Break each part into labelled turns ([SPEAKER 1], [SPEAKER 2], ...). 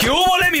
[SPEAKER 1] ¿Qué hubo, le, mi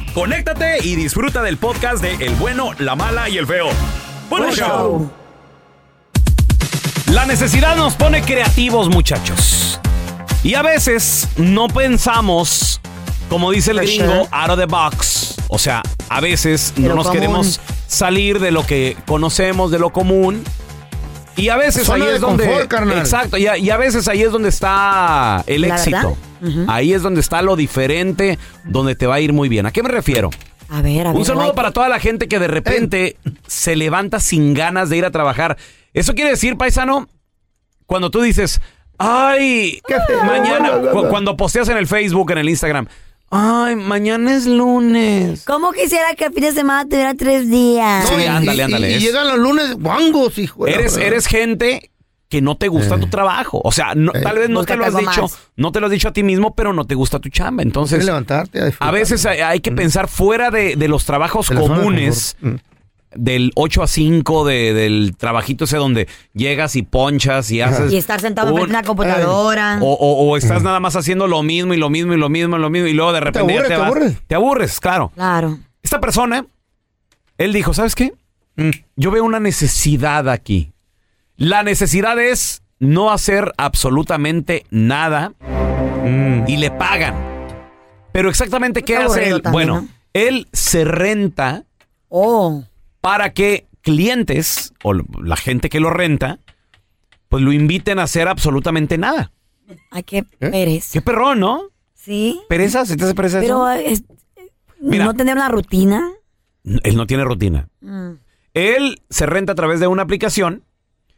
[SPEAKER 1] conéctate y disfruta del podcast de El bueno, la mala y el feo. Buen show.
[SPEAKER 2] La necesidad nos pone creativos, muchachos. Y a veces no pensamos, como dice el gringo, out of the box. O sea, a veces
[SPEAKER 3] De
[SPEAKER 2] no
[SPEAKER 3] lo
[SPEAKER 2] nos
[SPEAKER 3] común.
[SPEAKER 2] queremos salir de lo que conocemos, de lo común. Y a veces
[SPEAKER 3] Zona
[SPEAKER 2] ahí
[SPEAKER 3] de
[SPEAKER 2] es donde.
[SPEAKER 3] confort, carnal.
[SPEAKER 2] Exacto, y a, y a veces ahí es donde está el
[SPEAKER 4] La
[SPEAKER 2] éxito.
[SPEAKER 4] verdad. Ujú.
[SPEAKER 2] Ahí es donde está lo diferente, donde te va a ir muy bien. ¿A qué me refiero?
[SPEAKER 4] A ver, a ver.
[SPEAKER 2] Un saludo
[SPEAKER 4] like. Eh.
[SPEAKER 2] para toda la gente que de repente se levanta sin ganas de ir a trabajar. Eso quiere decir, paisano, cuando tú dices, ay,
[SPEAKER 3] Qué feo.
[SPEAKER 2] mañana, cu- cuando posteas en el Facebook, en el Instagram, ay, mañana es lunes.
[SPEAKER 4] ¿Cómo quisiera que el fin de semana tuviera tres días?
[SPEAKER 2] Sí,
[SPEAKER 3] No, y-
[SPEAKER 2] ándale,
[SPEAKER 3] y-
[SPEAKER 2] ándale,
[SPEAKER 3] Y,
[SPEAKER 2] es-
[SPEAKER 3] llegan los lunes guangos, hijo. de la
[SPEAKER 2] Eres,
[SPEAKER 3] fregada.
[SPEAKER 2] eres gente que no te
[SPEAKER 3] Eh.
[SPEAKER 2] gusta tu trabajo. O sea, no- tal vez no te
[SPEAKER 4] Búscate
[SPEAKER 2] lo has
[SPEAKER 4] algo
[SPEAKER 2] dicho,
[SPEAKER 4] más.
[SPEAKER 2] no te lo has dicho a ti mismo, pero no te gusta tu chamba.
[SPEAKER 3] Tienes que
[SPEAKER 2] Entonces,
[SPEAKER 3] levantarte.
[SPEAKER 2] a
[SPEAKER 3] disfrutar.
[SPEAKER 2] veces hay, hay que pensar fuera de, de los trabajos
[SPEAKER 3] De la zona de
[SPEAKER 2] comunes.
[SPEAKER 3] confort. Mm.
[SPEAKER 2] del 8 a 5 de- del trabajito ese donde llegas y ponchas y haces...
[SPEAKER 4] Y estar sentado
[SPEAKER 2] un-
[SPEAKER 4] frente a una computadora.
[SPEAKER 2] o, o- o estás nada más haciendo lo mismo y lo mismo y lo mismo y lo mismo y luego de repente ya
[SPEAKER 3] aburres, te
[SPEAKER 2] vas.
[SPEAKER 3] aburres.
[SPEAKER 2] Te aburres, claro.
[SPEAKER 4] Claro.
[SPEAKER 2] Esta persona, él dijo, ¿sabes qué? Mm, Yo veo una necesidad aquí. La necesidad es no hacer absolutamente nada y le pagan. Pero exactamente qué
[SPEAKER 4] Está
[SPEAKER 2] hace
[SPEAKER 4] aburrido
[SPEAKER 2] él.
[SPEAKER 4] también,
[SPEAKER 2] bueno,
[SPEAKER 4] ¿no?
[SPEAKER 2] él se renta
[SPEAKER 4] Oh.
[SPEAKER 2] para que clientes o l- la gente que lo renta, pues lo inviten a hacer absolutamente nada.
[SPEAKER 4] Ay,
[SPEAKER 3] ¿Eh?
[SPEAKER 4] qué pereza.
[SPEAKER 2] Qué perrón, ¿no?
[SPEAKER 4] Sí.
[SPEAKER 2] ¿Pereza? ¿Se te hace pereza eso?
[SPEAKER 4] Pero es-
[SPEAKER 2] Mira.
[SPEAKER 4] no tener una rutina.
[SPEAKER 2] N- Él no tiene rutina.
[SPEAKER 4] Mm.
[SPEAKER 2] Él se renta a través de una aplicación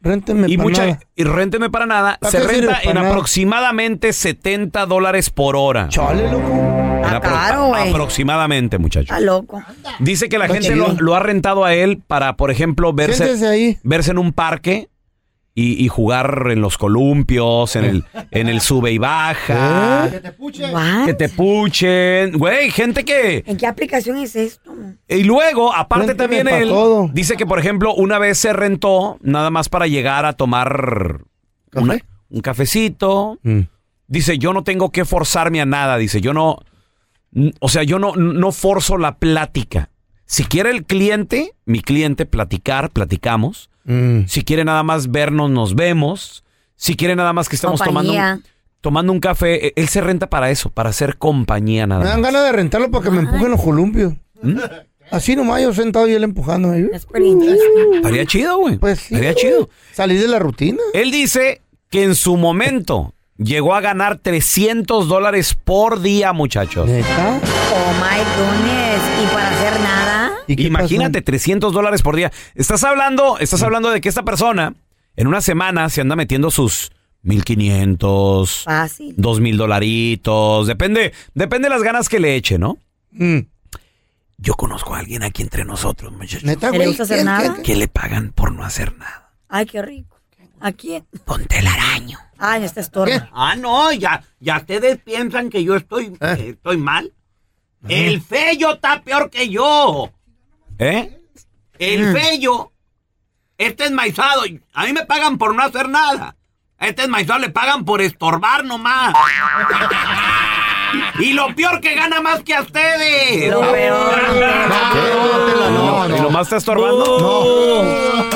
[SPEAKER 3] Rénteme
[SPEAKER 2] y
[SPEAKER 3] pa'
[SPEAKER 2] mucha
[SPEAKER 3] nada.
[SPEAKER 2] y rénteme para nada.
[SPEAKER 3] ¿Para
[SPEAKER 2] se
[SPEAKER 3] qué sirve
[SPEAKER 2] renta
[SPEAKER 3] para
[SPEAKER 2] en
[SPEAKER 3] nada?
[SPEAKER 2] aproximadamente 70 dólares por hora.
[SPEAKER 3] Chale, loco.
[SPEAKER 2] En
[SPEAKER 4] Está
[SPEAKER 2] apro-
[SPEAKER 4] caro, güey.
[SPEAKER 2] Aproximadamente, muchachos.
[SPEAKER 4] Está loco.
[SPEAKER 2] Dice que la
[SPEAKER 3] Está
[SPEAKER 2] gente
[SPEAKER 3] chido.
[SPEAKER 2] lo, lo ha rentado a él para, por ejemplo, verse,
[SPEAKER 3] Siéntese ahí.
[SPEAKER 2] verse en un parque y, y jugar en los columpios, en el, en el sube y
[SPEAKER 3] Ah,
[SPEAKER 2] baja,
[SPEAKER 3] ¿Eh?
[SPEAKER 4] What?
[SPEAKER 2] que te puchen. Güey, gente que...
[SPEAKER 4] ¿En qué aplicación es esto?
[SPEAKER 2] Y luego, aparte
[SPEAKER 3] Gente
[SPEAKER 2] también
[SPEAKER 3] pa'
[SPEAKER 2] él,
[SPEAKER 3] todo.
[SPEAKER 2] dice que, por ejemplo, una vez se rentó nada más para llegar a tomar
[SPEAKER 3] ¿Café? Mm.
[SPEAKER 2] una- un cafecito. Dice, yo no tengo que forzarme a nada. Dice, yo no... n- O sea, yo no, no forzo la plática. Si quiere el cliente, mi cliente, platicar, platicamos.
[SPEAKER 3] Mm.
[SPEAKER 2] Si quiere nada más vernos, nos vemos. Si quiere nada más que estamos tomando
[SPEAKER 4] Compañía.
[SPEAKER 2] un, tomando un café, e- él se renta para eso, para hacer compañía
[SPEAKER 3] Me
[SPEAKER 2] nada
[SPEAKER 3] dan
[SPEAKER 2] más.
[SPEAKER 3] ganas de rentarlo para que me empujen los columpios. Así nomás yo sentado y él empujando. ¿eh?
[SPEAKER 4] That's pretty interesting.
[SPEAKER 2] Estaría chido, güey.
[SPEAKER 3] Pues sí.
[SPEAKER 2] Estaría chido.
[SPEAKER 3] Salir de la rutina.
[SPEAKER 2] Él dice que en su momento llegó a ganar 300 dólares por día, muchachos.
[SPEAKER 3] Neta.
[SPEAKER 4] Oh my goodness. ¿Y para hacer nada?
[SPEAKER 3] ¿Y qué
[SPEAKER 2] Imagínate, 300 dólares por día. Estás hablando, estás hablando de que esta persona en una semana se anda metiendo sus 1500,
[SPEAKER 4] Fácil.
[SPEAKER 2] 2000 dolaritos, depende, depende de las ganas que le eche, ¿no?
[SPEAKER 3] pasó? Mm.
[SPEAKER 2] Yo conozco a alguien aquí entre nosotros, muchachos,
[SPEAKER 3] Neta,
[SPEAKER 4] ¿Se le
[SPEAKER 3] güey.
[SPEAKER 4] gusta hacer
[SPEAKER 3] ¿Qué-
[SPEAKER 4] nada?
[SPEAKER 3] qué- qué-
[SPEAKER 2] que le pagan por no hacer nada.
[SPEAKER 4] Ay, qué rico. ¿A quién?
[SPEAKER 2] Ponte el araño.
[SPEAKER 4] Ay, este en esta estorba.
[SPEAKER 5] Ah, no, ya, ya ustedes piensan que yo estoy, eh, estoy mal. El fello está peor que yo.
[SPEAKER 2] ¿Eh?
[SPEAKER 5] El fello, este enmaizado, a mí me pagan por no hacer nada. A este enmaizado le pagan por estorbar nomás. y lo peor que gana más que a ustedes.
[SPEAKER 4] Lo peor.
[SPEAKER 3] No, no, no, no,
[SPEAKER 2] No, no. ¿Y nomás está estorbando?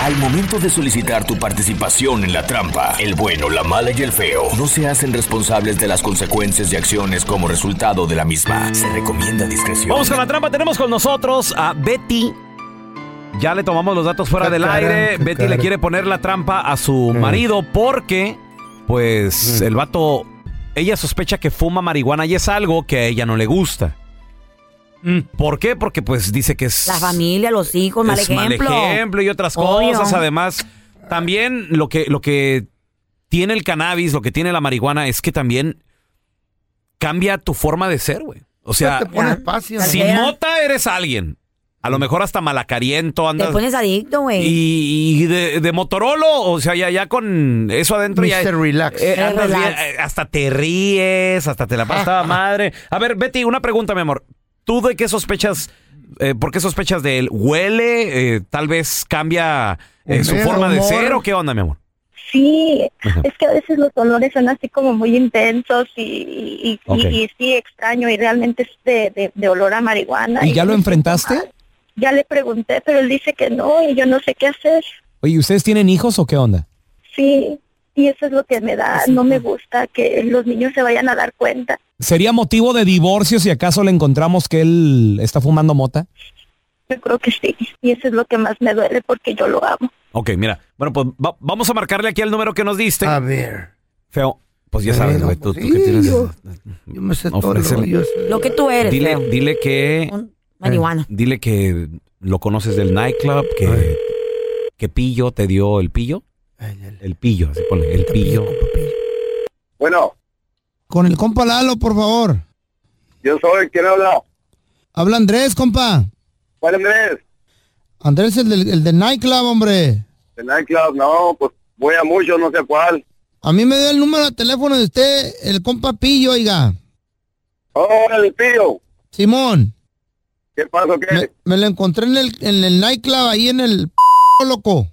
[SPEAKER 6] Al momento de solicitar tu participación en la trampa, el bueno, la mala y el feo no se hacen responsables de las consecuencias y acciones como resultado de la misma. Se recomienda discreción.
[SPEAKER 2] Vamos con la trampa. Tenemos con nosotros a Betty. Ya le tomamos los datos fuera del
[SPEAKER 7] Cacara,
[SPEAKER 2] aire.
[SPEAKER 7] cacara.
[SPEAKER 2] Betty le quiere poner la trampa a su marido porque, pues, el vato. Ella sospecha que fuma marihuana y es algo que a ella no le gusta. ¿Por qué? Porque, pues, dice que es.
[SPEAKER 4] La familia, los hijos, mal
[SPEAKER 2] es
[SPEAKER 4] ejemplo.
[SPEAKER 2] mal ejemplo y otras
[SPEAKER 4] Obvio.
[SPEAKER 2] cosas. Además, también lo que, lo que tiene el cannabis, lo que tiene la marihuana, es que también cambia tu forma de ser, güey. O sea,
[SPEAKER 8] te pone espacio.
[SPEAKER 2] si mota eres alguien, a lo mejor hasta malacariento
[SPEAKER 4] Te
[SPEAKER 2] andas.
[SPEAKER 4] pones adicto, güey.
[SPEAKER 2] Y, y de, de Motorolo, o sea, ya, ya con eso adentro ya.
[SPEAKER 8] Mr. Relax.
[SPEAKER 2] eh,
[SPEAKER 8] Mr.
[SPEAKER 2] andas bien,
[SPEAKER 8] Relax.
[SPEAKER 2] eh, hasta te ríes, hasta te la pasaba madre. A ver, Betty, una pregunta, mi amor. ¿Tú de qué sospechas? eh, ¿Por qué sospechas de él? ¿Huele? Eh, ¿Tal vez cambia eh, su
[SPEAKER 9] Humor,
[SPEAKER 2] forma de
[SPEAKER 9] humor.
[SPEAKER 2] ser o qué onda, mi amor?
[SPEAKER 9] Sí,
[SPEAKER 2] Ajá.
[SPEAKER 9] es que a veces los olores son así como muy intensos y, y, y-
[SPEAKER 2] Ok.
[SPEAKER 9] y sí extraño y realmente es de, de- de olor a marihuana.
[SPEAKER 10] ¿Y ya lo enfrentaste?
[SPEAKER 9] Ya le pregunté, pero él dice que no y yo no sé qué hacer.
[SPEAKER 10] Oye, ¿ustedes tienen hijos o qué onda?
[SPEAKER 9] Sí, y eso es lo que me da, no me gusta que los niños se vayan a dar cuenta.
[SPEAKER 10] ¿Sería motivo de divorcio si acaso le encontramos que él está fumando mota?
[SPEAKER 9] Yo creo que sí, y eso es lo que más me duele porque yo lo amo.
[SPEAKER 2] Ok, mira. Bueno, pues va- vamos a marcarle aquí el número que nos diste. A
[SPEAKER 8] ver.
[SPEAKER 2] Feo, pues ya sabes, güey, tú, tú que tienes...
[SPEAKER 8] Yo me sé todo lo
[SPEAKER 2] Ofrécele.
[SPEAKER 8] yo sé.
[SPEAKER 4] Lo que tú eres,
[SPEAKER 2] Dile,
[SPEAKER 4] Leo.
[SPEAKER 2] dile que... Eh,
[SPEAKER 4] marihuana.
[SPEAKER 2] Dile que lo conoces del nightclub, que, que Pillo te dio el pillo. El pillo, así ponle, el pillo.
[SPEAKER 11] Bueno,
[SPEAKER 3] Con el compa Lalo, por favor.
[SPEAKER 11] yo soy quien habla.
[SPEAKER 3] Habla Andrés, compa.
[SPEAKER 11] ¿Cuál Andrés?
[SPEAKER 3] Andrés, el del, el del nightclub, hombre.
[SPEAKER 11] El nightclub, no, pues voy a mucho, no sé cuál.
[SPEAKER 3] A mí me dio el número de teléfono de usted, el compa Pillo, oiga.
[SPEAKER 11] Oh, el pillo.
[SPEAKER 3] Simón.
[SPEAKER 11] ¿Qué pasó? ¿Qué?
[SPEAKER 3] Me, me lo encontré en el, en el nightclub, ahí en el p- loco.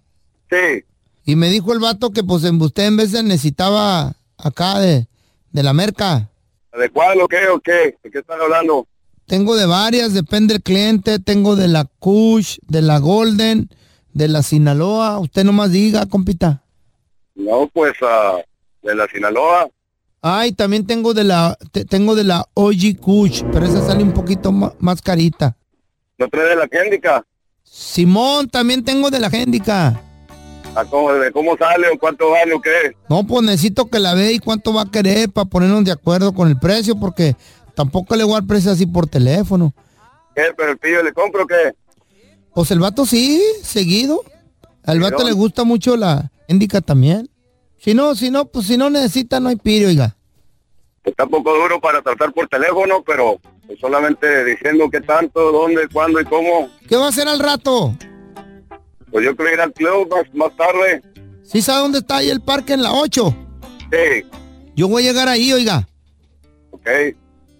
[SPEAKER 11] Sí.
[SPEAKER 3] Y me dijo el vato que pues en usted en vez de necesitaba acá de, de la merca.
[SPEAKER 11] ¿De cuál o qué o qué? ¿De qué están hablando?
[SPEAKER 3] Tengo de varias, depende del cliente. Tengo de la Kush, de la Golden, de la Sinaloa. Usted nomás diga, compita.
[SPEAKER 11] No, pues ah, de la Sinaloa.
[SPEAKER 3] Ay, también tengo de la te- tengo de la OG Kush, pero esa sale un poquito ma- más carita.
[SPEAKER 11] ¿No traes de la Kéndica?
[SPEAKER 3] Simón, también tengo de la Géndica.
[SPEAKER 11] ¿A cómo, ¿De cómo sale o cuánto vale o qué?
[SPEAKER 3] No, pues necesito que la vea y cuánto va a querer para ponernos de acuerdo con el precio, porque tampoco le voy a dar precio así por teléfono.
[SPEAKER 11] ¿Qué? ¿Pero el pillo le compro o qué?
[SPEAKER 3] Pues el vato sí, seguido. Al vato
[SPEAKER 11] Seguidón.
[SPEAKER 3] le gusta mucho la Géndica también. Si no, si no, pues si no necesita, no hay pirio, oiga.
[SPEAKER 11] Está un poco duro para tratar por teléfono, pero pues, solamente diciendo qué tanto, dónde, cuándo y cómo.
[SPEAKER 3] ¿Qué va a hacer al rato?
[SPEAKER 11] Pues yo creo ir al club más, más tarde.
[SPEAKER 3] ¿Sí sabe dónde está ahí el parque en la 8?
[SPEAKER 11] Sí,
[SPEAKER 3] Yo voy a llegar ahí, oiga.
[SPEAKER 11] ok.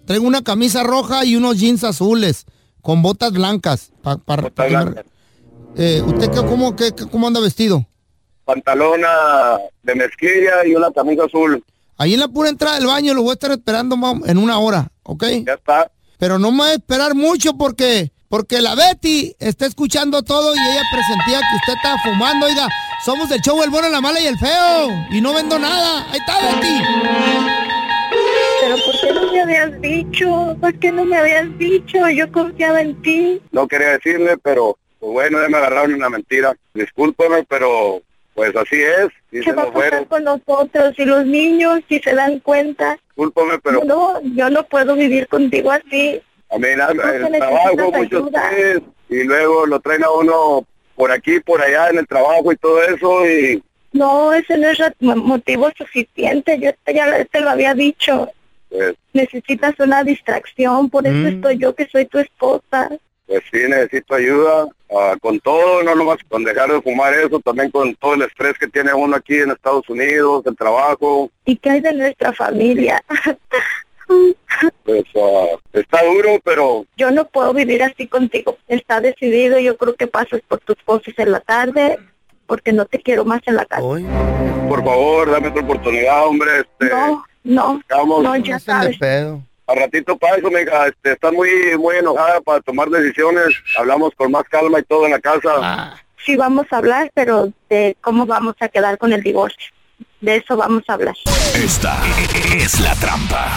[SPEAKER 3] Traigo una camisa roja y unos jeans azules con botas blancas. pa- pa- pa- Eh, ¿Usted qué, cómo, qué- qué- cómo anda vestido?
[SPEAKER 11] Pantalona de mezquilla y una camisa azul.
[SPEAKER 3] Ahí en la pura entrada del baño lo voy a estar esperando ma- en una hora, ¿ok?
[SPEAKER 11] Ya está.
[SPEAKER 3] Pero no me voy a esperar mucho porque porque la Betty está escuchando todo y ella presentía que usted estaba fumando, oiga. Somos del show El Bueno, la Mala y el Feo y no vendo nada. Ahí está Betty.
[SPEAKER 9] Pero ¿por qué no me habías dicho? ¿Por qué no me habías dicho? Yo confiaba en ti.
[SPEAKER 11] No quería decirle, pero pues bueno, ya me agarraron en una mentira. Discúlpame, pero pues así es.
[SPEAKER 9] ¿Qué
[SPEAKER 11] Dicen
[SPEAKER 9] va a
[SPEAKER 11] los
[SPEAKER 9] pasar
[SPEAKER 11] buenos.
[SPEAKER 9] con nosotros y los niños si se dan cuenta?
[SPEAKER 11] Discúlpame, pero
[SPEAKER 9] No, yo no puedo vivir contigo así.
[SPEAKER 11] a mí la-
[SPEAKER 9] no se
[SPEAKER 11] el
[SPEAKER 9] necesita
[SPEAKER 11] trabajo,
[SPEAKER 9] ayuda.
[SPEAKER 11] muchos estrés, y luego lo traen a uno por aquí, por allá en el trabajo y todo eso y
[SPEAKER 9] No, ese no es ra- mo- motivo suficiente. Yo te- ya te lo había dicho.
[SPEAKER 11] pues,
[SPEAKER 9] Necesitas una distracción. Por eso estoy yo que soy tu esposa.
[SPEAKER 11] pues sí necesito ayuda ah, con todo, no nomás con dejar de fumar eso, también con todo el estrés que tiene uno aquí en Estados Unidos, el trabajo,
[SPEAKER 9] ¿Y qué hay de nuestra familia?
[SPEAKER 11] pues ah, está duro, pero
[SPEAKER 9] Yo no puedo vivir así contigo. Está decidido. Yo creo que pasas por tus cosas en la tarde porque no te quiero más en la casa.
[SPEAKER 11] por favor, dame otra oportunidad, hombre, este
[SPEAKER 9] No, no,
[SPEAKER 11] Vamos.
[SPEAKER 9] no, ya sabes.
[SPEAKER 11] Al ratito para eso, mija, este, está muy, muy enojada para tomar decisiones. Hablamos con más calma y todo en la casa.
[SPEAKER 4] Ah.
[SPEAKER 9] Sí vamos a hablar, pero de cómo vamos a quedar con el divorcio. De eso vamos a hablar.
[SPEAKER 12] Esta es la trampa.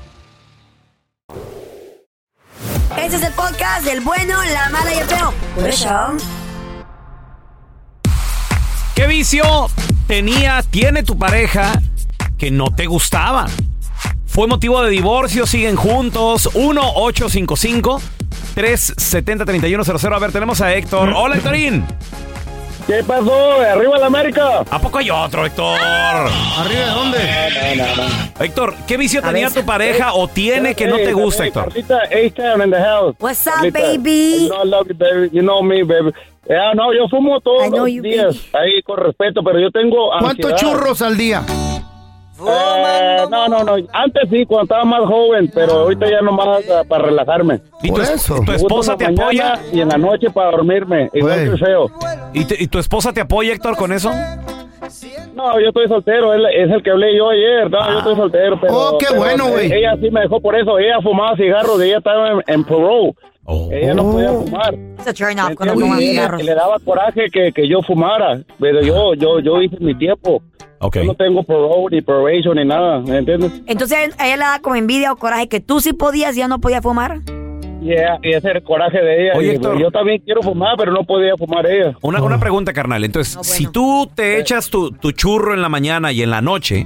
[SPEAKER 4] Este es el podcast del bueno, la mala y el feo. Por eso.
[SPEAKER 2] ¿Qué vicio tenía, tiene tu pareja que no te gustaba? ¿Fue motivo de divorcio? ¿Siguen juntos? 1-855-370-3100. A ver, tenemos a Héctor. Hola, Héctorín.
[SPEAKER 7] ¿Qué pasó? ¡Arriba la América!
[SPEAKER 2] ¿A poco hay otro, Héctor?
[SPEAKER 7] ¿Arriba de dónde? No, no, no.
[SPEAKER 2] Héctor, ¿qué vicio tenía tu pareja o tiene que no te gusta, Héctor?
[SPEAKER 7] Carlita, A-Town in the house.
[SPEAKER 4] What's
[SPEAKER 2] up,
[SPEAKER 4] baby?
[SPEAKER 7] No, I love you, baby. You know me, baby. Ah, no, yo fumo todos
[SPEAKER 4] know
[SPEAKER 7] los
[SPEAKER 4] you,
[SPEAKER 7] días. Ahí, con respeto, pero yo tengo
[SPEAKER 3] ¿Cuántos
[SPEAKER 7] ansiedad.
[SPEAKER 3] churros al día?
[SPEAKER 7] Eh, no, no, no. Antes sí, cuando estaba más joven, pero ahorita ya nomás ah, para relajarme.
[SPEAKER 2] ¿Y tu, es- tu
[SPEAKER 7] Me gusta
[SPEAKER 2] esposa
[SPEAKER 7] en
[SPEAKER 2] te
[SPEAKER 7] la mañana
[SPEAKER 2] apoya?
[SPEAKER 7] Y en la noche para dormirme. Igual que el feo.
[SPEAKER 2] ¿Y, te- y tu esposa te apoya, Héctor, con eso?
[SPEAKER 7] No, yo estoy soltero, es, la- es el que hablé yo ayer, no, yo estoy soltero, pero...
[SPEAKER 2] Oh, qué
[SPEAKER 7] pero
[SPEAKER 2] bueno, güey.
[SPEAKER 7] Ella sí me dejó por eso, ella fumaba cigarros, ella estaba en, en parole.
[SPEAKER 2] Oh.
[SPEAKER 7] Ella no podía fumar.
[SPEAKER 4] It's a turn off cuando
[SPEAKER 7] Entonces,
[SPEAKER 4] fuman
[SPEAKER 7] ella
[SPEAKER 4] cigarros.
[SPEAKER 7] que le daba coraje que, que yo fumara, pero yo, yo, yo hice mi tiempo. Yo no tengo parole, ni probation, ni nada, ¿me entiendes?
[SPEAKER 4] Entonces a ella le da como envidia o coraje que tú sí podías y ya no podía fumar.
[SPEAKER 7] Yeah, y ese era el coraje de ella.
[SPEAKER 2] Oye,
[SPEAKER 7] y,
[SPEAKER 2] Héctor.
[SPEAKER 7] Yo también quiero fumar, pero no podía fumar ella.
[SPEAKER 2] Una, una pregunta, carnal. Entonces, si tú te echas tu, tu churro en la mañana y en la noche,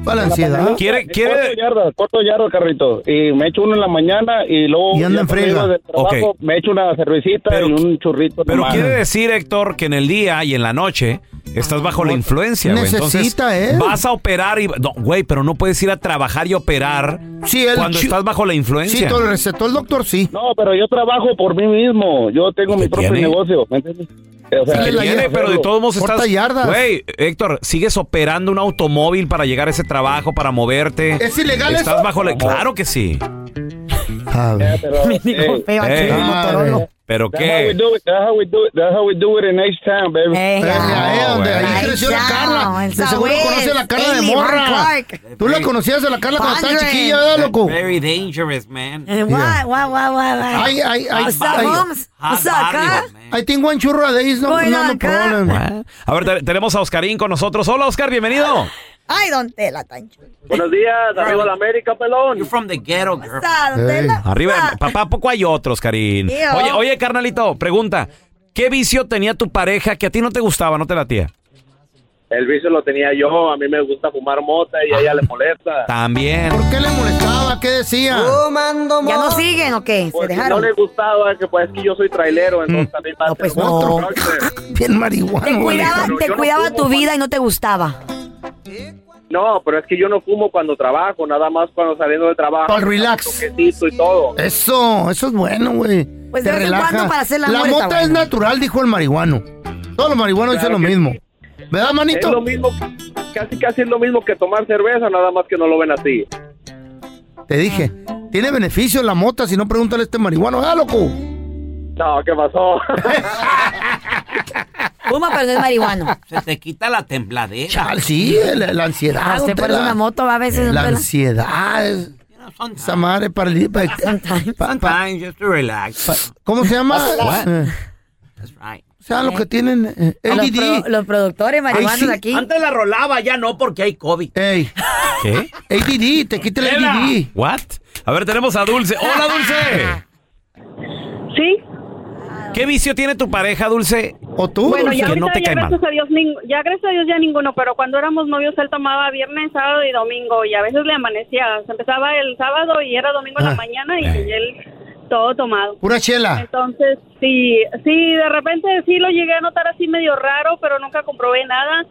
[SPEAKER 2] ¿quiere, quiere,
[SPEAKER 7] Corto yardas, corto yardas, carrito. Y me echo uno en la mañana y luego...
[SPEAKER 2] Y anda
[SPEAKER 7] ya
[SPEAKER 2] en
[SPEAKER 7] cuando
[SPEAKER 2] friega.
[SPEAKER 7] llego del trabajo,
[SPEAKER 2] Ok.
[SPEAKER 7] Me echo una cervecita y un churrito.
[SPEAKER 2] pero
[SPEAKER 7] nomás.
[SPEAKER 2] quiere decir, Héctor, que en el día y en la noche estás bajo la influencia, güey. Entonces,
[SPEAKER 7] Necesita él.
[SPEAKER 2] vas a operar y... No, güey, pero no puedes ir a trabajar y operar
[SPEAKER 3] el
[SPEAKER 2] cuando
[SPEAKER 3] chi-
[SPEAKER 2] estás bajo la influencia.
[SPEAKER 3] Sí, te lo recetó el doctor, sí.
[SPEAKER 7] No, pero yo trabajo por mí mismo. Yo tengo mi propio
[SPEAKER 2] tiene?
[SPEAKER 7] negocio, ¿me entiendes? O sea,
[SPEAKER 2] Que
[SPEAKER 7] yo
[SPEAKER 2] tiene,
[SPEAKER 7] hacerlo.
[SPEAKER 2] pero de todos modos
[SPEAKER 7] Corta
[SPEAKER 2] estás...
[SPEAKER 7] yardas.
[SPEAKER 2] Güey, Héctor, sigues operando un automóvil para llegar a ese trabajo, para moverte.
[SPEAKER 3] ¿Es ilegal
[SPEAKER 2] Estás
[SPEAKER 3] eso?
[SPEAKER 2] bajo la... Claro que sí.
[SPEAKER 7] Yeah, pero, hey,
[SPEAKER 2] Ey, ¿Pero
[SPEAKER 7] That's how
[SPEAKER 2] qué?
[SPEAKER 7] we do it. That's how we do it. That's how we do it in H Town, baby.
[SPEAKER 3] ahí donde ahí creció la Carla. De seguro conoce a la Carla de morra. Tú la conocías a la Carla cuando estaba
[SPEAKER 4] Andre.
[SPEAKER 3] chiquilla, ¿verdad, loco?
[SPEAKER 5] Very dangerous, man.
[SPEAKER 4] Eh, Guau, guau, guau, guau. guau.
[SPEAKER 3] Ay, ay, ay.
[SPEAKER 4] What's up,
[SPEAKER 3] ay.
[SPEAKER 4] moms? What's up, huh?
[SPEAKER 3] I think one churro a day is no,
[SPEAKER 4] Going
[SPEAKER 3] no, no
[SPEAKER 4] on, huh?
[SPEAKER 3] problem.
[SPEAKER 2] A ver, te- tenemos a Oscarín con nosotros. Hola, Oscar, bienvenido.
[SPEAKER 4] Ay, don Tela, tan chulo.
[SPEAKER 5] Buenos días, arriba la América, pelón. You're from the ghetto, girl.
[SPEAKER 4] ah,
[SPEAKER 2] Arriba, papá, poco hay otros, Karin.
[SPEAKER 5] Tío.
[SPEAKER 2] Oye, oye, carnalito, pregunta. ¿Qué vicio tenía tu pareja que a ti no te gustaba, no te latía?
[SPEAKER 13] El vicio lo tenía yo, a mí me gusta fumar mota y a ella le
[SPEAKER 2] Ah.
[SPEAKER 13] molesta.
[SPEAKER 2] También.
[SPEAKER 3] ¿Qué le molestaba? ¿Qué decía?
[SPEAKER 4] ¿Ya no siguen o qué? ¿Se
[SPEAKER 13] Porque no
[SPEAKER 4] dejaron? Mm.
[SPEAKER 13] le gustaba, que pues es que yo soy trailero, entonces también va a ser otro cárcel.
[SPEAKER 3] pues Ah, Bien marihuana.
[SPEAKER 4] Te cuidaba,
[SPEAKER 13] Pero
[SPEAKER 4] te
[SPEAKER 13] yo no
[SPEAKER 4] cuidaba
[SPEAKER 13] fumo,
[SPEAKER 4] tu vida y no te gustaba.
[SPEAKER 13] No, pero es que yo no fumo cuando trabajo, nada más cuando saliendo de trabajo.
[SPEAKER 3] Para el relax.
[SPEAKER 13] Toquecito y todo.
[SPEAKER 3] Eso, eso es bueno, güey.
[SPEAKER 4] Pues
[SPEAKER 3] Te
[SPEAKER 4] de vez en
[SPEAKER 3] relaja.
[SPEAKER 4] cuando para hacer el
[SPEAKER 3] La
[SPEAKER 4] amor está
[SPEAKER 3] mota es natural, dijo el marihuano. Todos los marihuanos
[SPEAKER 13] Claro
[SPEAKER 3] dicen lo
[SPEAKER 13] que
[SPEAKER 3] mismo. ¿Verdad, manito?
[SPEAKER 13] Es lo mismo, casi casi es lo mismo que tomar cerveza, nada más que no lo ven así.
[SPEAKER 3] Te dije, tiene beneficios la mota si no pregúntale a este marihuano, ¿verdad, loco?
[SPEAKER 13] No, ¿qué pasó?
[SPEAKER 4] Fuma, pero no es marihuano.
[SPEAKER 5] Se te quita la tembladera.
[SPEAKER 3] Chal, sí, la, la ansiedad.
[SPEAKER 4] Ah, usted
[SPEAKER 3] don
[SPEAKER 4] por
[SPEAKER 3] Tela.
[SPEAKER 4] una moto va a veces. don
[SPEAKER 3] La
[SPEAKER 4] Tela.
[SPEAKER 3] ansiedad. es- Esa madre para el... pa- pa-
[SPEAKER 5] Sometimes just to relax.
[SPEAKER 3] pa- ¿Cómo se llama?
[SPEAKER 5] What?
[SPEAKER 3] Eh,
[SPEAKER 5] That's right.
[SPEAKER 3] o sea, lo que tienen eh,
[SPEAKER 5] Los
[SPEAKER 3] ADD.
[SPEAKER 5] pro-
[SPEAKER 4] los productores
[SPEAKER 3] marihuanos Ay, sí. aquí.
[SPEAKER 5] Antes la rolaba, ya no, porque hay COVID.
[SPEAKER 3] Ey.
[SPEAKER 2] ¿Qué?
[SPEAKER 3] ADD, te quita el ADD.
[SPEAKER 2] ¿What? A ver, tenemos a Dulce. ¡Hola, Dulce!
[SPEAKER 14] Sí.
[SPEAKER 2] ¿Qué vicio tiene tu pareja, Dulce?
[SPEAKER 3] ¿O tú,
[SPEAKER 14] bueno, ya
[SPEAKER 2] Que
[SPEAKER 14] ahorita
[SPEAKER 2] no te
[SPEAKER 14] ya
[SPEAKER 2] cae mal.
[SPEAKER 14] gracias a Dios, ning- ya gracias a Dios ya ninguno, pero cuando éramos novios él tomaba viernes, sábado y domingo y a veces le amanecía, se empezaba el sábado y era domingo en
[SPEAKER 3] Ah.
[SPEAKER 14] la mañana y, él todo tomado.
[SPEAKER 3] Pura chela.
[SPEAKER 14] Entonces, sí, sí, de repente sí lo llegué a notar así medio raro, pero nunca comprobé nada.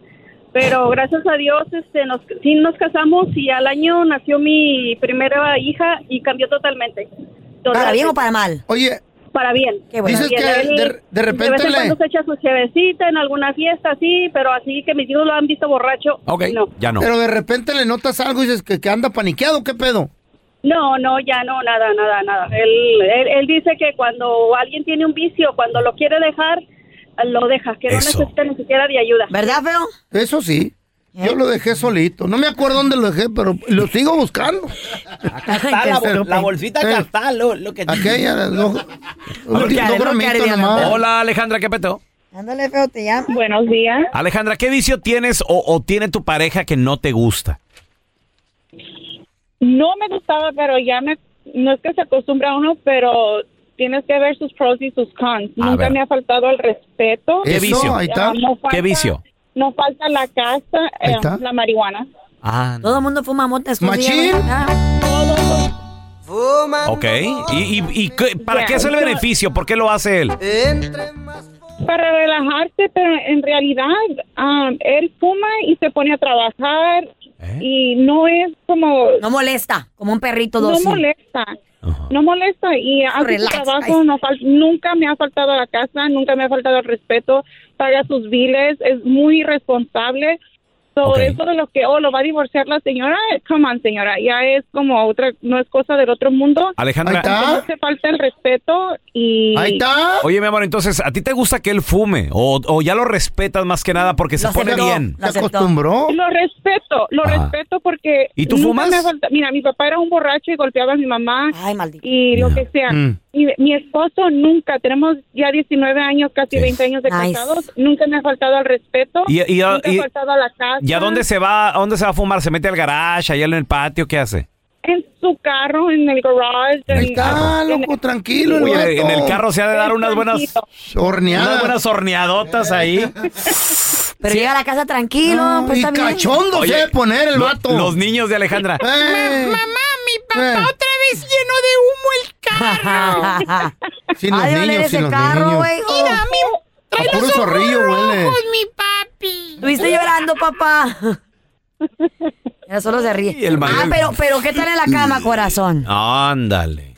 [SPEAKER 14] Pero gracias a Dios, este, nos, sí nos casamos y al año nació mi primera hija y cambió totalmente.
[SPEAKER 4] ¿Para bien
[SPEAKER 14] Totalmente.
[SPEAKER 4] o para mal?
[SPEAKER 3] Oye.
[SPEAKER 14] Para bien.
[SPEAKER 4] bueno.
[SPEAKER 14] Para
[SPEAKER 4] Dices
[SPEAKER 14] bien.
[SPEAKER 4] que
[SPEAKER 14] Él
[SPEAKER 4] de- de repente
[SPEAKER 14] vez en
[SPEAKER 4] le-
[SPEAKER 14] cuando se echa su chevecita en alguna fiesta, sí, pero así que mis hijos lo han visto borracho. No.
[SPEAKER 2] ya no.
[SPEAKER 3] Pero de repente le notas algo y dices que, que anda paniqueado, ¿qué pedo?
[SPEAKER 14] No, no, ya no, nada, nada, nada. Él, él, él dice que cuando alguien tiene un vicio, cuando lo quiere dejar, lo deja, que
[SPEAKER 3] Eso.
[SPEAKER 14] no necesita ni siquiera de ayuda.
[SPEAKER 4] ¿Verdad, feo?
[SPEAKER 3] Eso sí.
[SPEAKER 4] ¿Eh?
[SPEAKER 3] Yo lo dejé solito. No me acuerdo dónde lo dejé, pero lo sigo buscando.
[SPEAKER 5] Acá está la, bol- la bolsita, acá está lo, lo que...
[SPEAKER 3] Aquella, lo-
[SPEAKER 2] A ver,
[SPEAKER 3] un
[SPEAKER 2] ¿qué-
[SPEAKER 3] gramito nomás.
[SPEAKER 2] Hola, Alejandra, ¿qué peteo?
[SPEAKER 4] Ándale, feo, te llamo.
[SPEAKER 14] Buenos días.
[SPEAKER 2] Alejandra, ¿qué vicio tienes o, o tiene tu pareja que no te gusta?
[SPEAKER 15] No me gustaba, pero ya me, no es que se acostumbra uno, pero tienes que ver sus pros y sus cons.
[SPEAKER 2] A
[SPEAKER 15] Nunca
[SPEAKER 2] ver.
[SPEAKER 15] me ha faltado el respeto.
[SPEAKER 2] ¿Qué vicio?
[SPEAKER 15] Ah, no falta-
[SPEAKER 2] ¿Qué vicio?
[SPEAKER 15] No falta la casa,
[SPEAKER 2] Ahí
[SPEAKER 15] eh,
[SPEAKER 2] está.
[SPEAKER 15] la marihuana.
[SPEAKER 2] Ah,
[SPEAKER 4] Todo el mundo fuma mota escondida.
[SPEAKER 15] Machín.
[SPEAKER 4] Ah.
[SPEAKER 2] ok. ¿Y, y- y qué- para
[SPEAKER 15] Ya,
[SPEAKER 2] qué es el
[SPEAKER 15] yo-
[SPEAKER 2] beneficio? ¿Por qué lo hace él?
[SPEAKER 15] Para relajarse, pero en realidad um, él fuma y se pone a trabajar y no es como...
[SPEAKER 4] No molesta, como un perrito
[SPEAKER 15] No
[SPEAKER 4] dócil.
[SPEAKER 15] molesta. No molesta y hace su
[SPEAKER 4] Relax,
[SPEAKER 15] trabajo, no fal- nunca me ha faltado a la casa, nunca me ha faltado el respeto, paga sus biles, es muy responsable. So, Eso de lo que, oh, lo va a divorciar la señora, come on, señora, ya es como otra, no es cosa del otro mundo.
[SPEAKER 2] Alejandra. Ahí está.
[SPEAKER 15] No hace falta el respeto y...
[SPEAKER 2] Oye, mi amor, entonces, ¿a ti te gusta que él fume? ¿O, o ya lo respetas más que nada porque se pone bien?
[SPEAKER 15] Lo respeto, lo
[SPEAKER 2] Ajá.
[SPEAKER 15] respeto porque.
[SPEAKER 2] ¿Y tú
[SPEAKER 15] nunca
[SPEAKER 2] fumas?
[SPEAKER 15] me ha falta- Mira, mi papá era un borracho y golpeaba a mi mamá. Y lo que sea.
[SPEAKER 2] Mm.
[SPEAKER 15] Y mi esposo nunca, tenemos ya 19 años, casi 20 años de
[SPEAKER 2] Nice.
[SPEAKER 15] casados, nunca me ha faltado al respeto.
[SPEAKER 2] Y- y-
[SPEAKER 15] nunca
[SPEAKER 2] y-
[SPEAKER 15] he faltado a la casa.
[SPEAKER 2] ¿Y a dónde se va? ¿A dónde se va a fumar? ¿Se mete al garage, allá en el patio? ¿Qué hace?
[SPEAKER 15] En su carro, en el garage. Ahí
[SPEAKER 3] está, loco, tranquilo.
[SPEAKER 2] Uy, en el carro se ha de dar unas buenas
[SPEAKER 3] Horneadas.
[SPEAKER 2] Unas buenas horneadotas ahí.
[SPEAKER 4] Pero llega a la casa tranquilo, pues está bien.
[SPEAKER 2] Oye, lo- Los niños de Alejandra.
[SPEAKER 3] Eh.
[SPEAKER 4] mamá, mi papá otra vez lleno de humo el carro.
[SPEAKER 3] Sin los
[SPEAKER 4] Ha de
[SPEAKER 3] niños,
[SPEAKER 4] oler ese
[SPEAKER 3] sin los
[SPEAKER 4] carro,
[SPEAKER 3] niños.
[SPEAKER 4] güey.
[SPEAKER 3] Mira, A puro zorrillo huele.
[SPEAKER 4] mi papi. Estuviste llorando, papá. Ya solo se ríe.
[SPEAKER 2] Y el mayor-
[SPEAKER 4] ah, pero, pero ¿qué tal en la cama, corazón?
[SPEAKER 2] Ándale.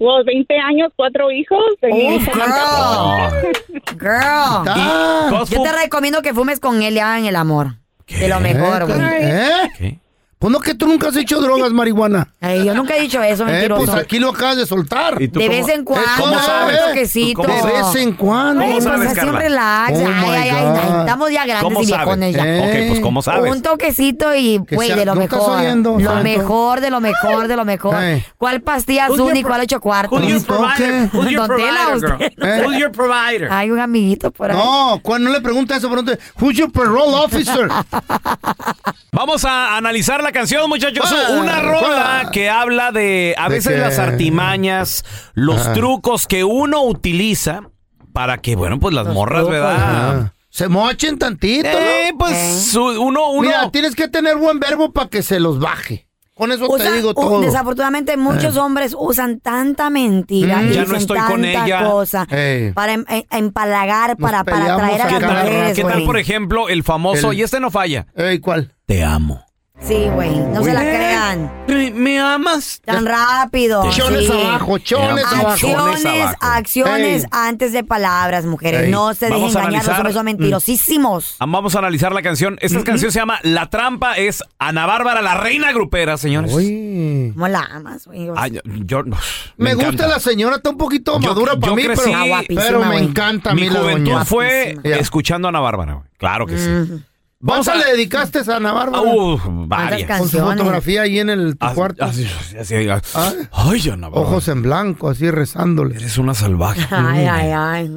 [SPEAKER 15] Wow, 20 años, cuatro hijos.
[SPEAKER 4] Oh,
[SPEAKER 15] tenía que
[SPEAKER 4] girl.
[SPEAKER 3] Ah.
[SPEAKER 4] Girl.
[SPEAKER 15] ¿Y cos
[SPEAKER 4] Yo te
[SPEAKER 15] fu-
[SPEAKER 4] recomiendo que fumes con él ya en el amor. De lo mejor, güey.
[SPEAKER 3] ¿Eh? Pues no que tú nunca has hecho drogas, marihuana.
[SPEAKER 4] Ay, yo nunca he dicho eso,
[SPEAKER 3] eh,
[SPEAKER 4] mentiroso.
[SPEAKER 3] Pues aquí lo acabas de soltar.
[SPEAKER 4] ¿Y tú De cómo- vez en cuando,
[SPEAKER 3] ¿Cómo sabes?
[SPEAKER 4] un toquecito.
[SPEAKER 3] De vez en cuando.
[SPEAKER 4] Ay, pues así un relax. ay,
[SPEAKER 3] Oh, my
[SPEAKER 4] ay, ay,
[SPEAKER 3] God.
[SPEAKER 4] ay, Estamos ya grandes
[SPEAKER 3] ¿Cómo
[SPEAKER 4] y
[SPEAKER 3] sabes?
[SPEAKER 4] viejones ya.
[SPEAKER 3] Eh. Ok, pues, ¿cómo sabes?
[SPEAKER 4] Un toquecito y,
[SPEAKER 3] Que
[SPEAKER 4] güey,
[SPEAKER 3] sea-
[SPEAKER 4] de lo
[SPEAKER 3] ¿no estás
[SPEAKER 4] mejor.
[SPEAKER 3] oyendo,
[SPEAKER 4] lo
[SPEAKER 3] Santo?
[SPEAKER 4] mejor, de lo mejor, de lo mejor.
[SPEAKER 3] Ay.
[SPEAKER 4] ¿Cuál pastilla
[SPEAKER 5] Who's
[SPEAKER 4] azul
[SPEAKER 5] your
[SPEAKER 4] y
[SPEAKER 5] pro-
[SPEAKER 4] cuál ocho cuartos?
[SPEAKER 5] who's your provider? Who's your
[SPEAKER 4] Don Tela,
[SPEAKER 5] provider,
[SPEAKER 4] usted.
[SPEAKER 5] girl? Eh. Who's your provider?
[SPEAKER 4] Hay un amiguito por ahí.
[SPEAKER 3] No, cuando no le pregunta eso, pregúntale, ¿Who's your parole officer?
[SPEAKER 2] Vamos a analizar la canción, muchachos.
[SPEAKER 3] Ah,
[SPEAKER 2] Una rola
[SPEAKER 3] ah.
[SPEAKER 2] que habla de a
[SPEAKER 3] ¿De
[SPEAKER 2] veces
[SPEAKER 3] qué?
[SPEAKER 2] las artimañas, los
[SPEAKER 3] Ah.
[SPEAKER 2] trucos que uno utiliza para que, bueno, pues las morras, ¿verdad?
[SPEAKER 3] Ah. Se mochen tantito.
[SPEAKER 2] Eh,
[SPEAKER 3] ¿no?
[SPEAKER 2] pues, su- uno- uno-
[SPEAKER 3] Mira, tienes que tener buen verbo para que se los baje. Con eso
[SPEAKER 4] Usa-
[SPEAKER 3] te digo
[SPEAKER 4] u-
[SPEAKER 3] todo.
[SPEAKER 4] desafortunadamente muchos
[SPEAKER 3] Eh.
[SPEAKER 4] hombres usan tanta mentira
[SPEAKER 3] Mm.
[SPEAKER 4] y
[SPEAKER 3] Ya no
[SPEAKER 4] dicen
[SPEAKER 3] estoy
[SPEAKER 4] tanta
[SPEAKER 3] con ella.
[SPEAKER 4] cosa
[SPEAKER 2] Ey.
[SPEAKER 4] para em- em- empalagar,
[SPEAKER 3] Nos
[SPEAKER 4] para, para
[SPEAKER 3] peleamos
[SPEAKER 4] atraer a
[SPEAKER 3] a
[SPEAKER 4] las
[SPEAKER 3] cada
[SPEAKER 4] mujeres,
[SPEAKER 2] ¿Qué tal,
[SPEAKER 4] güey.
[SPEAKER 2] por ejemplo, el famoso, y este no falla?
[SPEAKER 3] Ey, ¿cuál?
[SPEAKER 2] Te amo.
[SPEAKER 4] Sí, güey, no se la crean.
[SPEAKER 2] ¿Me amas?
[SPEAKER 4] Tan rápido.
[SPEAKER 3] Chones
[SPEAKER 4] sí.
[SPEAKER 3] abajo, chones
[SPEAKER 4] Acciones,
[SPEAKER 3] abajo. Chones
[SPEAKER 4] Acciones,
[SPEAKER 3] abajo.
[SPEAKER 4] acciones
[SPEAKER 3] Ey.
[SPEAKER 4] antes de palabras, mujeres.
[SPEAKER 2] Ey.
[SPEAKER 4] No se dejen
[SPEAKER 2] Vamos a
[SPEAKER 4] engañar, los
[SPEAKER 2] analizar-
[SPEAKER 4] hombres son mentirosísimos.
[SPEAKER 2] Ah, Vamos a analizar la canción. Esta canción se llama La Trampa, es Ana Bárbara, la reina grupera, señores.
[SPEAKER 4] ¿Cómo la amas, güey?
[SPEAKER 2] Ay, yo- yo- Ah, me
[SPEAKER 3] Me, gusta
[SPEAKER 2] encanta.
[SPEAKER 3] la señora, está un poquito madura para
[SPEAKER 2] yo
[SPEAKER 3] mí,
[SPEAKER 2] crecí-
[SPEAKER 3] pero,
[SPEAKER 2] Ah, guapísima,
[SPEAKER 3] pero me
[SPEAKER 2] güey.
[SPEAKER 3] encanta a
[SPEAKER 2] Mi
[SPEAKER 3] mí la
[SPEAKER 2] juventud
[SPEAKER 3] doña.
[SPEAKER 2] fue escuchando a Ana Bárbara, güey. Claro que sí.
[SPEAKER 3] ¿Cuántas le dedicaste a Ana Bárbara?
[SPEAKER 2] Uh, varias.
[SPEAKER 3] Con su fotografía ahí en el tu
[SPEAKER 2] Así-
[SPEAKER 3] cuarto. Ah.
[SPEAKER 2] así- así- así- Ay, Ana Bárbara.
[SPEAKER 3] Ojos en blanco, así rezándole.
[SPEAKER 2] Eres una salvaje.
[SPEAKER 4] Ay, ay, ay.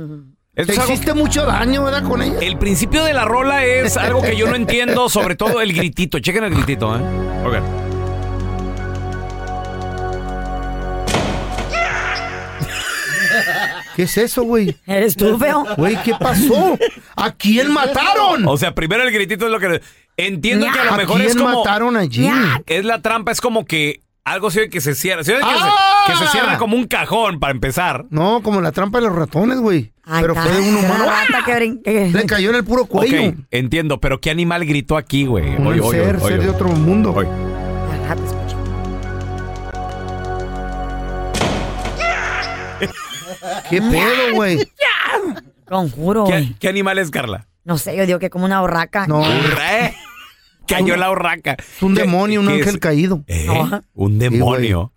[SPEAKER 3] Te hiciste mucho daño, ¿verdad? Con ella.
[SPEAKER 2] El principio de la rola es algo que yo no entiendo, sobre todo el gritito. Chequen el gritito, ¿eh? Ok.
[SPEAKER 3] ¿Qué es eso, güey?
[SPEAKER 4] Eres tú, feo.
[SPEAKER 3] Güey, ¿qué pasó? ¿A quién mataron?
[SPEAKER 2] O sea, primero el gritito es lo que... Entiendo que a lo
[SPEAKER 3] ¿A
[SPEAKER 2] mejor
[SPEAKER 3] quién
[SPEAKER 2] es como...
[SPEAKER 3] mataron allí?
[SPEAKER 2] Es la trampa, es como que algo se oye que se cierra. Se oye que, se-
[SPEAKER 3] ¡Ah!
[SPEAKER 2] que se, cierra como un cajón para empezar.
[SPEAKER 3] No, como la trampa de los ratones, güey. Pero fue de un humano. ¡Ah! Le cayó en el puro cuello.
[SPEAKER 2] Ok, entiendo, pero ¿qué animal gritó aquí, güey?
[SPEAKER 3] Un
[SPEAKER 2] Oye, oye,
[SPEAKER 3] ser,
[SPEAKER 2] oye,
[SPEAKER 3] ser
[SPEAKER 2] oye.
[SPEAKER 3] de otro mundo. ¿Qué pedo, güey?
[SPEAKER 4] Conjuro.
[SPEAKER 2] ¿Qué, qué animal es, Carla?
[SPEAKER 4] No sé, yo digo que como una borraca.
[SPEAKER 3] No.
[SPEAKER 2] Urra. Cayó la horraca.
[SPEAKER 3] Es un demonio, un
[SPEAKER 2] qué
[SPEAKER 3] ángel
[SPEAKER 2] es?
[SPEAKER 3] caído.
[SPEAKER 2] Un demonio.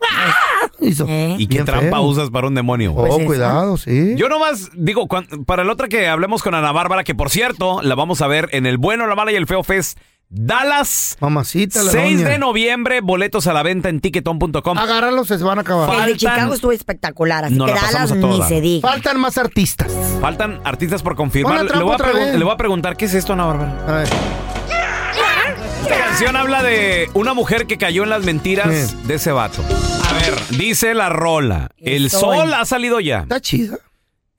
[SPEAKER 3] Hizo-
[SPEAKER 4] ¿Eh?
[SPEAKER 2] ¿Y qué
[SPEAKER 3] Bien
[SPEAKER 2] trampa
[SPEAKER 3] feo.
[SPEAKER 2] usas para un demonio?
[SPEAKER 3] Oh,
[SPEAKER 4] Pues
[SPEAKER 2] güey?
[SPEAKER 3] cuidado, sí.
[SPEAKER 2] Yo nomás digo, cuan- para la otra que hablemos con Ana Bárbara, que por cierto, la vamos a ver en el Bueno, la Mala y el Feo Fest Dallas.
[SPEAKER 3] Mamacita, la
[SPEAKER 2] 6
[SPEAKER 3] doña.
[SPEAKER 2] de noviembre, boletos a la venta en tiquetón.com.
[SPEAKER 3] Agárralos, se van a acabar.
[SPEAKER 4] El de
[SPEAKER 2] Faltan-
[SPEAKER 4] Chicago estuvo espectacular, así
[SPEAKER 2] No,
[SPEAKER 4] que
[SPEAKER 2] la
[SPEAKER 4] Dallas
[SPEAKER 2] pasamos a
[SPEAKER 4] ni
[SPEAKER 2] toda.
[SPEAKER 4] se diga.
[SPEAKER 3] Faltan más artistas.
[SPEAKER 2] Faltan artistas por confirmar.
[SPEAKER 3] Pon la
[SPEAKER 2] Le
[SPEAKER 3] trampa
[SPEAKER 2] voy, a
[SPEAKER 3] otra
[SPEAKER 2] pregun-
[SPEAKER 3] vez.
[SPEAKER 2] le voy a preguntar, ¿qué es esto, Ana Bárbara?
[SPEAKER 3] A ver.
[SPEAKER 2] Esta canción habla de una mujer que cayó en las mentiras de ese vato. A ver, dice la rola. El
[SPEAKER 3] Eso,
[SPEAKER 2] sol
[SPEAKER 3] güey.
[SPEAKER 2] ha salido ya.
[SPEAKER 3] Está chida.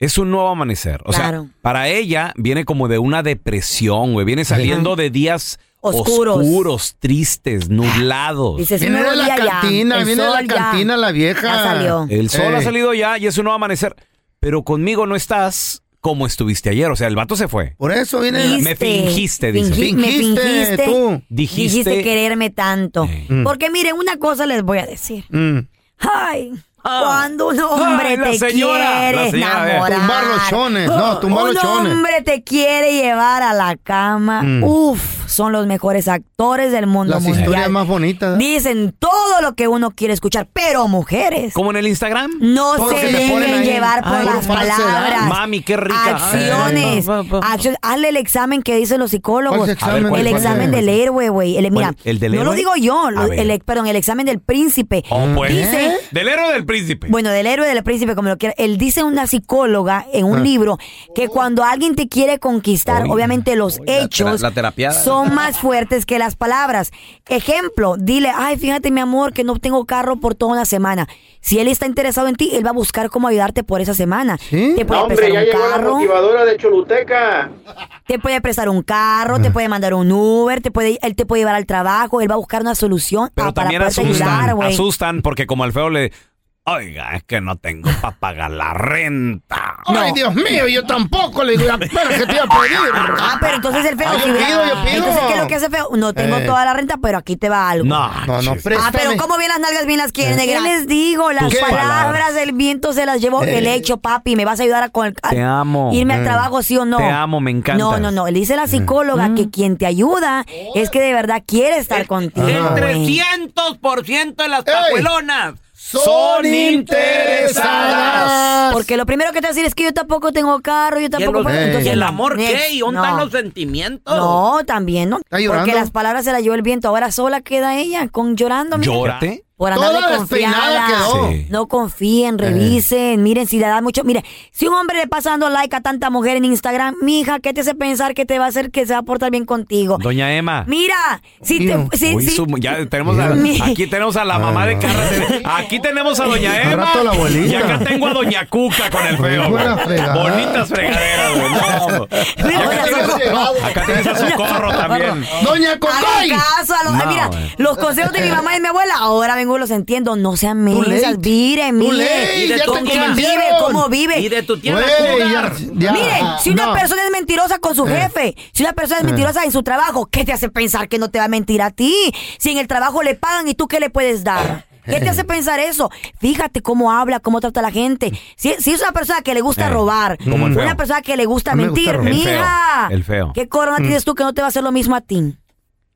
[SPEAKER 2] Es un nuevo amanecer. O
[SPEAKER 3] Claro.
[SPEAKER 2] sea, para ella viene como de una depresión, güey. Viene saliendo de días
[SPEAKER 4] Oscuros.
[SPEAKER 2] oscuros, tristes, nublados.
[SPEAKER 4] Dices,
[SPEAKER 3] Viene
[SPEAKER 4] "No,
[SPEAKER 3] de la
[SPEAKER 4] ya, ya,
[SPEAKER 3] cantina,
[SPEAKER 4] el
[SPEAKER 3] viene de la
[SPEAKER 4] sol ya,
[SPEAKER 3] cantina la vieja.
[SPEAKER 4] Ya salió.
[SPEAKER 2] El sol
[SPEAKER 3] Eh.
[SPEAKER 2] ha salido ya y es un nuevo amanecer. Pero conmigo no estás como estuviste ayer. O sea, el vato se fue.
[SPEAKER 3] Por eso viene.
[SPEAKER 2] Me fingiste, dice.
[SPEAKER 4] Fingi- me
[SPEAKER 3] Fingiste,
[SPEAKER 4] fingiste,
[SPEAKER 3] tú.
[SPEAKER 2] Dijiste-
[SPEAKER 4] dijiste quererme tanto. Porque miren, una cosa les voy a decir.
[SPEAKER 3] Mm.
[SPEAKER 4] Ay, cuando un hombre
[SPEAKER 2] Ah. Ay, la
[SPEAKER 4] te
[SPEAKER 2] señora. La
[SPEAKER 4] quiere
[SPEAKER 2] señora, eh. a ver.
[SPEAKER 4] enamorar.
[SPEAKER 2] Tumbar los chones, no, tumbar
[SPEAKER 4] un
[SPEAKER 2] los chones.
[SPEAKER 4] hombre te quiere llevar a la cama.
[SPEAKER 3] Mm.
[SPEAKER 4] Uf, son los mejores actores del mundo
[SPEAKER 3] Las
[SPEAKER 4] mundial.
[SPEAKER 3] historias más bonitas.
[SPEAKER 4] Dicen todo lo que uno quiere escuchar, pero mujeres.
[SPEAKER 2] Como en el Instagram.
[SPEAKER 4] No
[SPEAKER 2] Todo lo
[SPEAKER 4] se
[SPEAKER 2] que te ponen
[SPEAKER 4] dejen
[SPEAKER 2] ahí.
[SPEAKER 4] llevar por
[SPEAKER 2] Ay,
[SPEAKER 4] las
[SPEAKER 2] puro falsedad.
[SPEAKER 4] palabras.
[SPEAKER 2] Mami, qué rica.
[SPEAKER 4] Acciones. acciones. Hazle el examen que dicen los psicólogos.
[SPEAKER 2] ¿Cuál es el A ver, examen? ¿cuál
[SPEAKER 4] el
[SPEAKER 2] es?
[SPEAKER 4] examen del héroe, güey. El, mira,
[SPEAKER 2] ¿Cuál? ¿El del
[SPEAKER 4] no lo
[SPEAKER 2] héroe?
[SPEAKER 4] digo yo.
[SPEAKER 2] A
[SPEAKER 4] lo-
[SPEAKER 2] ver.
[SPEAKER 4] el, ex- perdón, el examen del príncipe.
[SPEAKER 2] Oh, pues.
[SPEAKER 4] Dice,
[SPEAKER 2] ¿Del héroe o del príncipe?
[SPEAKER 4] bueno, del héroe del príncipe, como lo quiera. Él dice una psicóloga en un
[SPEAKER 2] Ah.
[SPEAKER 4] libro que cuando alguien te quiere conquistar, obviamente los hechos
[SPEAKER 2] la terapiada.
[SPEAKER 4] son más fuertes que las palabras. Ejemplo, dile, ay, fíjate mi amor que no tengo carro por toda una semana. Si él está interesado en ti, él va a buscar cómo ayudarte por esa semana. Te puede
[SPEAKER 13] hombre, ya
[SPEAKER 4] prestar
[SPEAKER 13] llegó
[SPEAKER 4] un
[SPEAKER 13] la
[SPEAKER 4] carro.
[SPEAKER 13] motivadora de Choluteca.
[SPEAKER 4] Te puede prestar un carro,
[SPEAKER 2] Ah.
[SPEAKER 4] te puede mandar un Uber, te puede, él te puede llevar al trabajo, él va a buscar una solución
[SPEAKER 2] Pero
[SPEAKER 4] ah, para
[SPEAKER 2] también
[SPEAKER 4] poderte
[SPEAKER 2] asustan.
[SPEAKER 4] ayudar, güey.
[SPEAKER 2] asustan porque como al feo le... Oiga, es que no tengo para pagar la renta.
[SPEAKER 3] Ay, Dios mío, yo tampoco le digo la pena que te iba a pedir.
[SPEAKER 4] Ah, pero entonces el feo.
[SPEAKER 3] Ah, yo
[SPEAKER 4] si hubiera-
[SPEAKER 3] pido, yo pido.
[SPEAKER 4] Entonces, ¿qué es lo que hace feo? No tengo
[SPEAKER 3] Eh.
[SPEAKER 4] toda la renta, pero aquí te va algo.
[SPEAKER 3] No, no,
[SPEAKER 4] Ah,
[SPEAKER 3] préstame.
[SPEAKER 4] pero como bien las nalgas, bien las quieren.
[SPEAKER 3] Eh.
[SPEAKER 4] ¿Qué les digo? Las
[SPEAKER 3] Tus
[SPEAKER 4] palabras
[SPEAKER 3] palabras.
[SPEAKER 4] del viento se las llevó
[SPEAKER 2] Eh.
[SPEAKER 4] el hecho, papi. ¿Me vas a ayudar a, con el, a
[SPEAKER 2] Te amo.
[SPEAKER 4] irme al
[SPEAKER 2] Mm.
[SPEAKER 4] trabajo, sí o no?
[SPEAKER 2] Te amo, me encantas.
[SPEAKER 4] No, no, no. Le dice
[SPEAKER 3] Mm.
[SPEAKER 4] la psicóloga
[SPEAKER 5] Mm.
[SPEAKER 4] que quien te ayuda es que de verdad quiere
[SPEAKER 3] Eh,
[SPEAKER 4] estar contigo.
[SPEAKER 5] El
[SPEAKER 4] güey.
[SPEAKER 5] 300% de las cajuelonas
[SPEAKER 4] son Porque lo primero que te va a decir es que yo tampoco tengo carro, yo tampoco puedo- entonces,
[SPEAKER 5] el amor
[SPEAKER 4] next,
[SPEAKER 5] qué? ¿Y dónde están
[SPEAKER 4] no.
[SPEAKER 5] los sentimientos?
[SPEAKER 4] No, también, ¿no?
[SPEAKER 5] llorando?
[SPEAKER 4] Porque las palabras se las llevó el viento. Ahora sola queda ella, con llorando. mira.
[SPEAKER 2] Llórate.
[SPEAKER 4] Por andar
[SPEAKER 3] Toda
[SPEAKER 4] de
[SPEAKER 3] despeinada
[SPEAKER 4] confiada.
[SPEAKER 3] quedó. Eh. Sí.
[SPEAKER 4] No confíen, revisen, miren si le da mucho. Mire, si un hombre le pasa dando like a tanta mujer en Instagram, mija, ¿qué te hace pensar que te va a hacer que se va a portar bien contigo?
[SPEAKER 2] Doña Emma.
[SPEAKER 4] Mira, si te. si-
[SPEAKER 2] Uy,
[SPEAKER 4] si-
[SPEAKER 2] su- ya tenemos a-
[SPEAKER 4] Mi-
[SPEAKER 2] aquí tenemos a la mamá de Carla. Aquí tenemos a Doña
[SPEAKER 3] Ah, Al
[SPEAKER 2] Emma.
[SPEAKER 3] rato la abuelita.
[SPEAKER 2] y acá tengo a Doña Cuca con el feo.
[SPEAKER 3] Buena
[SPEAKER 2] güey.
[SPEAKER 3] fregada.
[SPEAKER 2] Bonitas fregaderas, güey. No.
[SPEAKER 4] Mira,
[SPEAKER 2] acá, tienes, acá tienes a Socorro también.
[SPEAKER 3] Doña
[SPEAKER 4] Hagan
[SPEAKER 3] Cocoy.
[SPEAKER 4] caso a los-
[SPEAKER 2] No,
[SPEAKER 4] mira,
[SPEAKER 2] güey.
[SPEAKER 4] los consejos de mi mamá y mi abuela, ahora vengo y los entiendo. No sean
[SPEAKER 3] late.
[SPEAKER 4] mensas, miren,
[SPEAKER 3] Too
[SPEAKER 4] miren.
[SPEAKER 3] late,
[SPEAKER 4] Miren
[SPEAKER 3] ya te
[SPEAKER 4] cómo
[SPEAKER 3] convencieron.
[SPEAKER 4] vive, cómo vive.
[SPEAKER 5] Y de tu tierra
[SPEAKER 3] Güey,
[SPEAKER 5] Cougar.
[SPEAKER 3] ya- ya.
[SPEAKER 4] Miren, si una
[SPEAKER 3] No.
[SPEAKER 4] persona es mentirosa con su
[SPEAKER 3] Eh.
[SPEAKER 4] jefe, si una persona es
[SPEAKER 3] Eh.
[SPEAKER 4] mentirosa en su trabajo, ¿qué te hace pensar que no te va a mentir a ti? Si en el trabajo le pagan y tú qué le puedes dar. ¿Qué
[SPEAKER 2] Eh.
[SPEAKER 4] te hace pensar eso? Fíjate cómo habla, cómo trata a la gente. Si, si es una persona que le gusta
[SPEAKER 2] Eh,
[SPEAKER 4] robar,
[SPEAKER 2] como el feo.
[SPEAKER 4] una persona que le gusta
[SPEAKER 2] A mí me gusta
[SPEAKER 4] mentir,
[SPEAKER 2] robar. El feo,
[SPEAKER 4] mija,
[SPEAKER 2] el feo.
[SPEAKER 4] ¿qué corona
[SPEAKER 2] Mm.
[SPEAKER 4] tienes tú que no te va a hacer lo mismo a ti?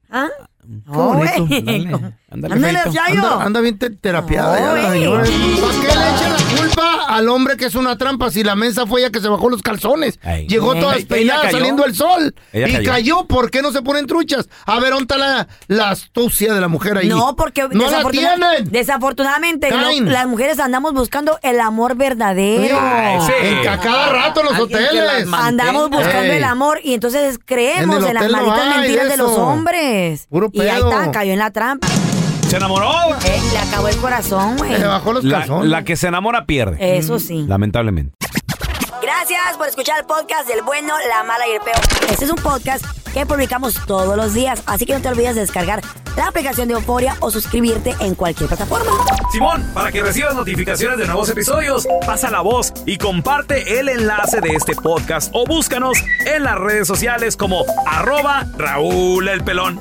[SPEAKER 4] ¿Ah?
[SPEAKER 3] Qué bonito.
[SPEAKER 4] Ay,
[SPEAKER 3] Ándale.
[SPEAKER 4] Ándale, Ándale, Feito. Yayo.
[SPEAKER 3] Anda, anda bien te- terapiada ya la
[SPEAKER 4] Ay.
[SPEAKER 3] señora. ¿Para qué le echa la culpa al hombre que es una trampa si la mensa fue ella que se bajó los calzones? Llegó
[SPEAKER 2] Ey,
[SPEAKER 3] toda
[SPEAKER 2] ella
[SPEAKER 3] despeinada
[SPEAKER 2] cayó.
[SPEAKER 3] saliendo el sol.
[SPEAKER 2] Ella
[SPEAKER 3] y
[SPEAKER 2] cayó.
[SPEAKER 3] cayó. ¿Por qué no se ponen truchas? A ver, ¿dónde está la, la astucia de la mujer ahí?
[SPEAKER 4] No, porque
[SPEAKER 3] no la
[SPEAKER 4] desafortuna-
[SPEAKER 3] tienen.
[SPEAKER 4] desafortunadamente lo-
[SPEAKER 3] Caen.
[SPEAKER 4] las mujeres andamos buscando el amor verdadero.
[SPEAKER 3] Ah, ese. En ca- cada rato en los Alguien que hoteles. las mantenga.
[SPEAKER 4] Andamos buscando
[SPEAKER 3] Ey.
[SPEAKER 4] el amor y entonces creemos
[SPEAKER 3] En
[SPEAKER 4] en,
[SPEAKER 3] el
[SPEAKER 4] las
[SPEAKER 3] hotel no
[SPEAKER 4] malditas
[SPEAKER 3] hay
[SPEAKER 4] mentiras
[SPEAKER 3] de
[SPEAKER 4] de los
[SPEAKER 3] eso.
[SPEAKER 4] hombres.
[SPEAKER 3] Puro
[SPEAKER 4] Y ahí
[SPEAKER 3] pedo.
[SPEAKER 4] está, cayó en la trampa.
[SPEAKER 2] ¿Se enamoró?
[SPEAKER 4] Eh, le acabó el corazón, güey.
[SPEAKER 2] la, la que se enamora pierde. Mm,
[SPEAKER 4] Eso sí.
[SPEAKER 2] Lamentablemente.
[SPEAKER 4] Gracias por escuchar el podcast del bueno, la mala y el peor. Este es un podcast que publicamos todos los días, así que no te olvides de descargar la aplicación de Euforia o suscribirte en cualquier plataforma.
[SPEAKER 1] Simón, para que recibas notificaciones de nuevos episodios, pasa la voz y comparte el enlace de este podcast o búscanos en las redes sociales como arroba Raúl el Pelón.